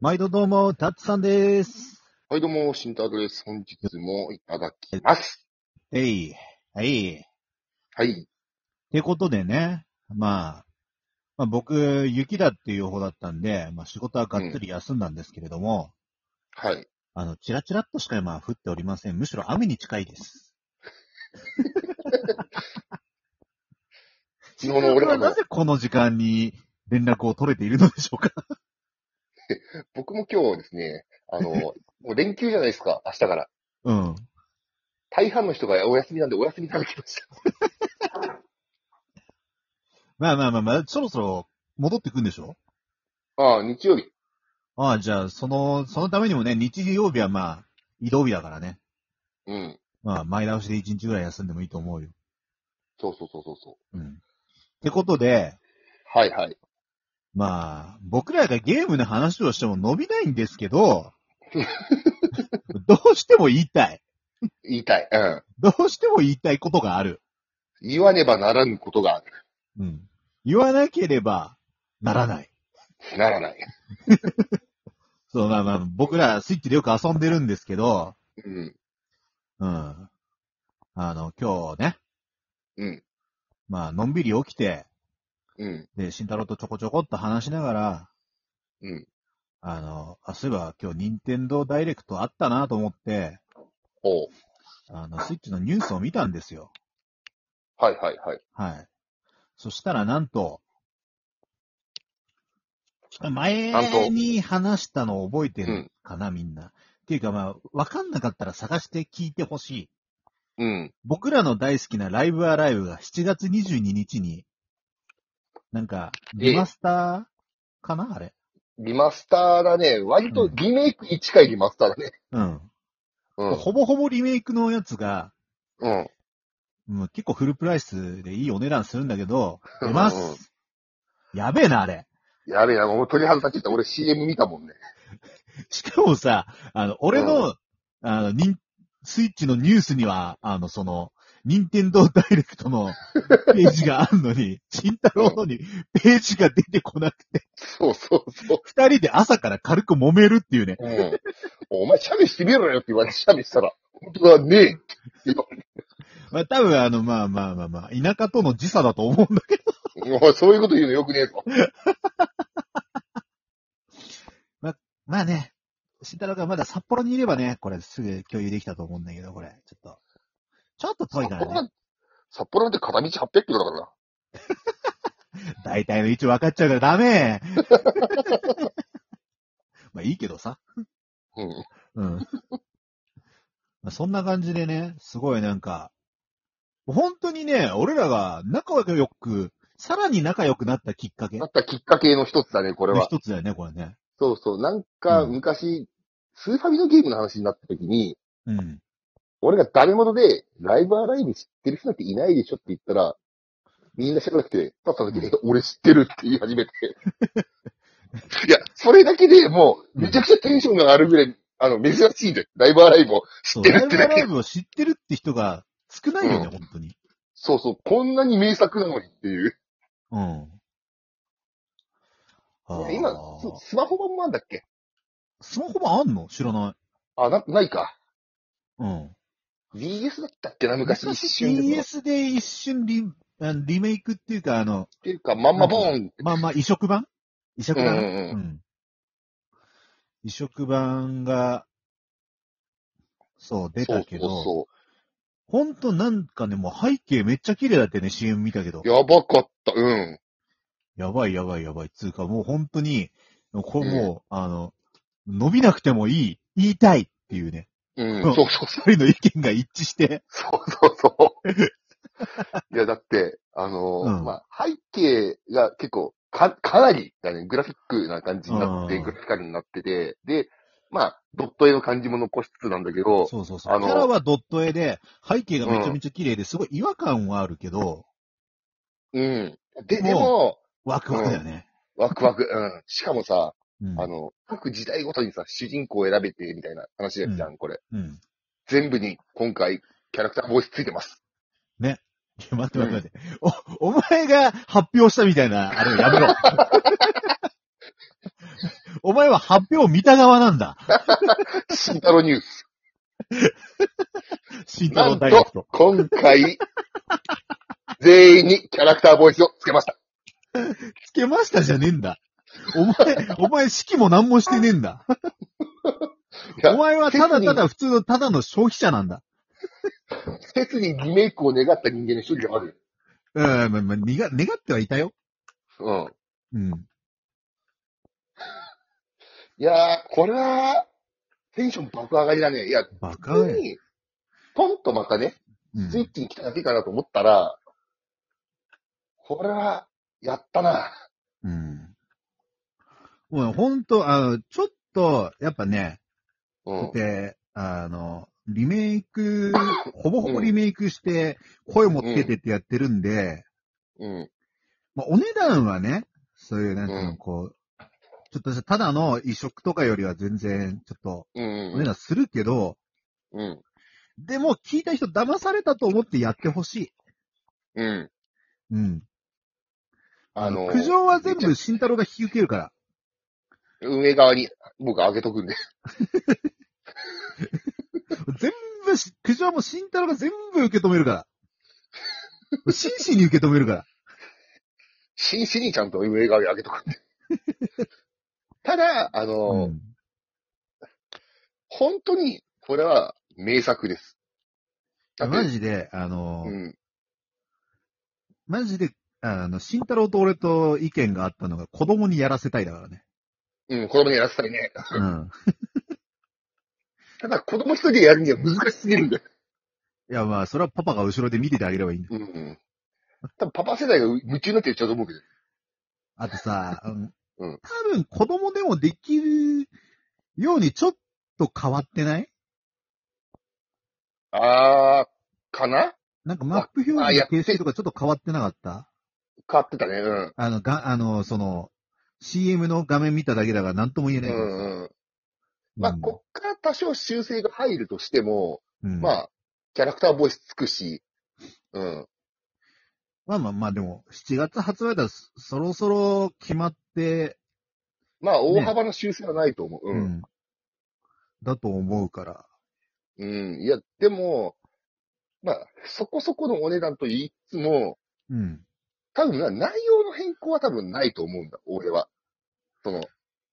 毎度どうも、タッツさんです。はい、どうも、新太郎です。本日もいただきます。えい、はい。っはい。てことでね、まあ、まあ僕、雪だっていう方だったんで、まあ仕事はがっつり休んだんですけれども、はい。あの、チラチラっとしか今降っておりません。むしろ雨に近いです。昨日の俺らはのなぜこの時間に連絡を取れているのでしょうか僕も今日ですね、あの、 もう連休じゃないですか、明日から。うん。大半の人がお休みなんでお休みいただきました。まあまあまあまあ、そろそろ戻ってくんでしょ ああ、日曜日。ああ、じゃあ、その、そのためにもね、日曜日はまあ、移動日だからね。うん。まあ、前倒しで1日ぐらい休んでもいいと思うよ。そうそうそうそうそう。うん。ってことで、はいはい。まあ、僕らがゲームの話をしても伸びないんですけ ど、どうしても言いたい。言いたい。うん。どうしても言いたいことがある。言わねばならぬことがうん。言わなければならない。ならない。そう、まあまあ、僕らスイッチでよく遊んでるんですけど、うん。うん。あの、今日ね、うん。まあ、のんびり起きて、うん。で、慎太郎とちょこちょこっと話しながら、うん。あの、あ、そういえば今日、任天堂ダイレクトあったなと思って、おうあの、スイッチのニュースを見たんですよ。はいはいはい。はい。そしたら、なんと、なんと前に話したのを覚えてるかな、みんな。っていうか、まあ、わかんなかったら探して聞いてほしい。うん。僕らの大好きなライブアライブが7月22日に、なんか、リマスターかなあれ。リマスターだね。割とリメイクに近いリマスターだね。うん。うん。ほぼほぼリメイクのやつが、うん。もう結構フルプライスでいいお値段するんだけど、出ます。やべえな、あれ。やべえな、もう鳥肌立っちゃった。俺 CM 見たもんね。しかもさ、あの、俺の、あの、ニンスイッチのニュースには、あの、その、ニンテンドーダイレクトのページがあるの に、慎太郎のにページが出てこなくて、そうそうそう。二人で朝から軽く揉めるっていうね。うん。お前、シャビしてみろよって言われて、シャビしたら、本当だ、ねまあ、多分あの、まあまあまあまあ、田舎との時差だと思うんだけど。え。お前、そういうこと言うのよくねえぞ。 まあね、慎太郎がまだ札幌にいればね、これすぐ共有できたと思うんだけど、これ、ちょっと。ちょっと遠い札か幌らなね。んて、札幌なんて片道800キロだからな。大体の位置分かっちゃうからダメ まあいいけどさ。うん。うん。まあそんな感じでね、すごいなんか、本当にね、俺らが仲良く、さらに仲良くなったきっかけのなったきっかけの一つだね、これは。一つだよね、これね。そうそう。なんか、うん昔、スーファミのゲームの話になった時に、うん。俺がダメ元で、ライブアライブ知ってる人なんていないでしょって言ったら、みんな知らなくて、たった時に、俺知ってるって言い始めて。いや、それだけでもう、めちゃくちゃテンションが上がるぐらい、あの、珍しいんだよ。ライブアライブをそう、知ってラるイってブアだけライブを知ってるって人が少ないよね、うん本当に。そうそう、こんなに名作なのにっていう。うん。あー今、ススマホ版もあんだっけスマホ版あんの知らない。あ、な、ないか。うん。 BS だったっけな、昔一瞬で。っ BS で一瞬リあのリメイクっていうか、あの、ていうか、まんまボーン。まあまあ、移植版移植うんう版、んうん。ん移植版が、そう、出そうたそけうど、そほんとなんかね、もう背景めっちゃ綺麗だってね、CM 見たけどう。。やばかった、うん。やばいやばいやばい。つうか、もう本当に、これもう、あの、伸びなくてもいい、言いたいっていうね、 うんうん、そうそうそう。二人の意見が一致して、そうそうそう。 いや、だって、あのーうんまあ、背景が結構、か、かなりだね、グラフィックな感じになっうて、んグラフィカルになってて、で、まあ、ドット絵の感じも残しつつなんだけど、そうそうそう。あのキャラはドット絵で、背景がめちゃめちゃ綺麗で、すごい違和感はあるけど、うん。で、もうでも、ワクワクだよね。ワクワク、うん。しかもさ、うん。あの、各時代ごとにさ、主人公を選べて、みたいな話だったじゃん、これ。うん。全部に、今回、キャラクター帽子ついてます。いや、待って待って 待って。お、お前が発表したみたいな、あれやめろ。お前は発表を見た側なんだ。慎太郎ニュース。慎太な郎んダイレクとト。、今 回、全員にキャラクターボイスをつけました。つけましたじゃねえんだ。お前、お前、式も何もしてねえんだ。いやお前はただただ普通の、ただの消費者なんだ。切にリメイクを願った人間の一人ではある。うん、まあまあ、にが願ってはいたよ。うん。うん。いやー、これは、テンション爆上がりだね。いや、バカ普だ通よ。に、ポンとまたね、うスイッん、チに来ただけかなと思ったら、これは、やったな。うん。もうほんと、あの、ちょっと、やっぱね、うだんっ。て、あの、リメイ ク、ほぼほぼリメイクして、声もつけてってやってるんで、うん。まあ、お値段はね、そういう、なんていううの、んこう、ちょっとしたただの移植とかよりは全然、ちょっと、うん。お値段するけど、うん。でも、聞いた人騙されたと思ってやってほしい。うん。うん。あの、苦情は全部慎太郎が引き受けるから。運営側に僕上げとくんで。全部し、苦情も慎太郎が全部受け止める から。真摯に受け止めるから。真摯にちゃんと運営側に上げとくんで。 ただ、あの、うん本当に、これは名作です。だってマジで、あの、うん。マジで、あの、慎太郎と俺と意見があったのが子供にやらせたいだから ね。うん、子供にやらせたいね。うん。ただ、子供一人でやるには難しすぎるんだよ。いや、まあ、それはパパが後ろで見ててあげればいいんだよ。うん。多分パパ世代が夢中になって言っちゃうと思うけど。あとさ、うんうん多分子供でもできるようにちょっと変わってないあー、かななんかマップ表あい現やの形式とかちょっと変わってなかった変わってたね。うん。あの、が、あの、その、CM の画面見ただけだから何とも言えうないけど。んうん。まあ、うんこっから多少修正が入るとしても、うんまあ、キャラクターボイスつくし、うん。まあまあまあ、でも、7月発売だとそそろそろ決まって、まあ、大幅な修正はないと思う。うん。うんだと思うから。うん。いや、でも、まあ、そこそこのお値段と言いつつも、うん。多分な内容の変更は多分ないと思うんだ、俺は。その、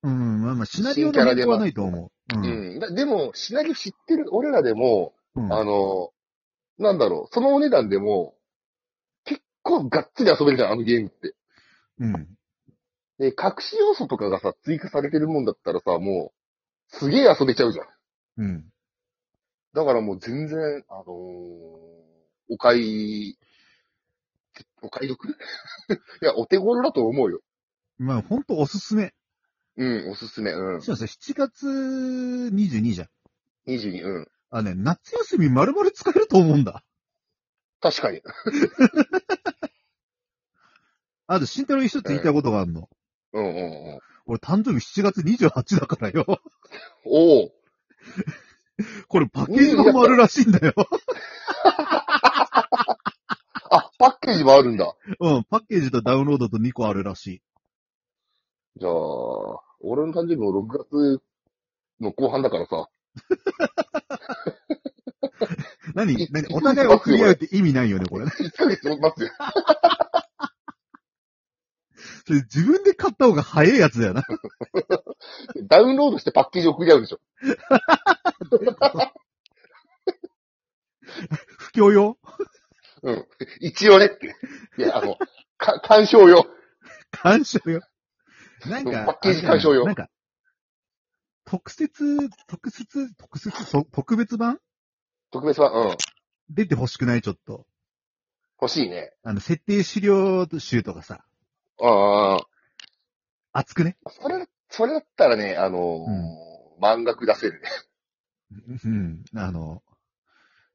うん、まあまあ、シナリオの変更はないと思う。う。うんん。だでも、シナリオ知ってる俺らでも、うんあの、なんだろう、そのお値段でも、結構がっつり遊べるじゃん、あのゲームって。うん。で、隠し要素とかがさ、追加されてるもんだったらさ、もう、すげえ遊べちゃうじゃん。うん。だからもう全然、あのーお買い、お買い得 いや、お手頃だと思うよ。まあ、ほんとおすすめ。うん、おすすめ。うん。そうですね、7月22じゃん。 22、うん。あ、ね、夏休み丸々使えると思うんだ。確かに。あと、慎太郎に一つ言いたいことがあるの。うんうんうん。俺、誕生日7月28だからよ。 おおこれ、パッケージ版もあるらしいんだよ。 あ、パッケージもあるんだ。うん、パッケージとダウンロードと2個あるらしい。じゃあ、俺の誕生日も6月の後半だからさ。 何い何お互い送り合うって意味ないよね、 これ。 1ヶ月待って。それ自分で買った方が早いやつだよな。ダウンロードしてパッケージ送り合うでしょ。不況よ。一応ねって。いや、あの、 か、干渉よ。干渉よ。なんか、パッケージ干渉よなんか、特設、特設、特設、と特別版特別版、うん。出てほしくない、ちょっと。欲しいね。あの、設定資料集とかさ、ああ。熱くね。それ、それだったらね、あのー満額出せるね。うん。あの、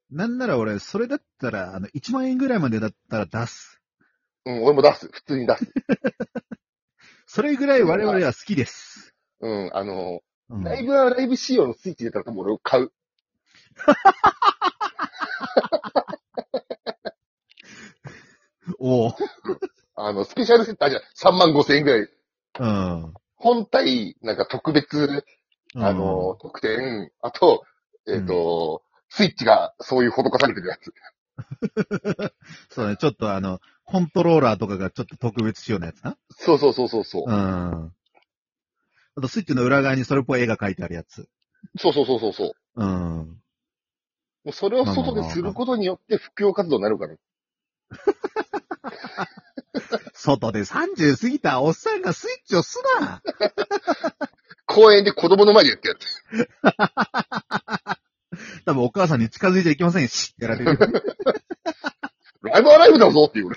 なんなら俺、それだったら、あの、1万円ぐらいまでだったら出す。うん、俺も出す。普通に出す。それぐらい我々は好きです。うん、あのうーん、ライブはライブ仕様のスイッチ出たら多分俺を買う。おう。あの、スペシャルセットあるじゃん。3万5千円ぐらい。うん。本体、なんか特別、あの、特典、あと、えっ、と、スイッチがそういう施されてるやつ。そうね、ちょっとあの、コントローラーとかがちょっと特別仕様のやつな。そうそうそうそうそう。うん。あとスイッチの裏側にそれっぽい絵が描いてあるやつ。そうそうそうそうそう。うん。もうそれを外ですることによって布教活動になるから。外で30過ぎたおっさんがスイッチをすな公園で子供の前でやってやつ。多分お母さんに近づいちゃいけませんし、やられ る。ライブアライブだぞっていう。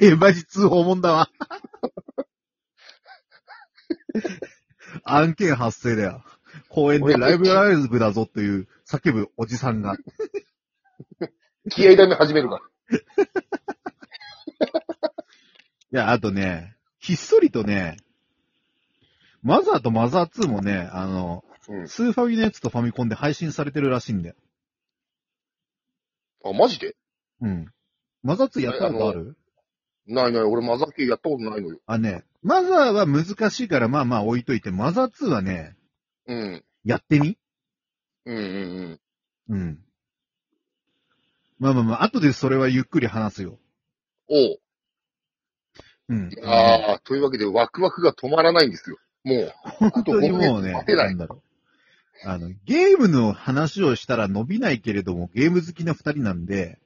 ええ、マジ通報もんだわ。案件発生だよ。公園でライブライブだぞという叫ぶおじさんが。気合だめ始めるから。いや、あとね、ひっそりとね、マザーとマザー2もね、あの、うんスーファミのやつとファミコンで配信されてるらしいんだよ。あ、マジでうん。マザー2やったことあるないない、俺マザー系やったことないのよ。あね、マザーは難しいからまあまあ置いといて、マザー2はね、うん。やってみうんうんうん。まあまあまあ、後でそれはゆっくり話すよ。うん。おう。うん。ああ、というわけでワクワクが止まらないんですよ。もう。本当にもうね、あなとごめん待てないんだろう。あの、ゲームの話をしたら伸びないけれども、ゲーム好きな二人なんで、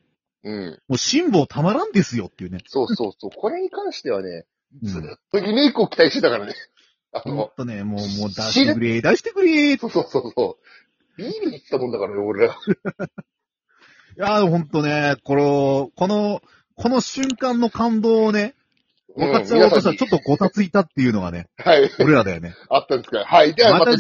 うん。もう辛抱たまらんですよっていうね。そうそうそう。これに関してはね、うんずっとリメイクを期待してたからね。あほんの、とね、もう、もう出してくれ、出してくれいそうそうそうそう。ビール言ってたもんだからね、俺ら。やー、ほんとね、この、この、この瞬間の感動をね、分かっちゃおうとしたらちょっとごたついたっていうのがね、はい。俺らだよね。あったんですから。はい。ではまた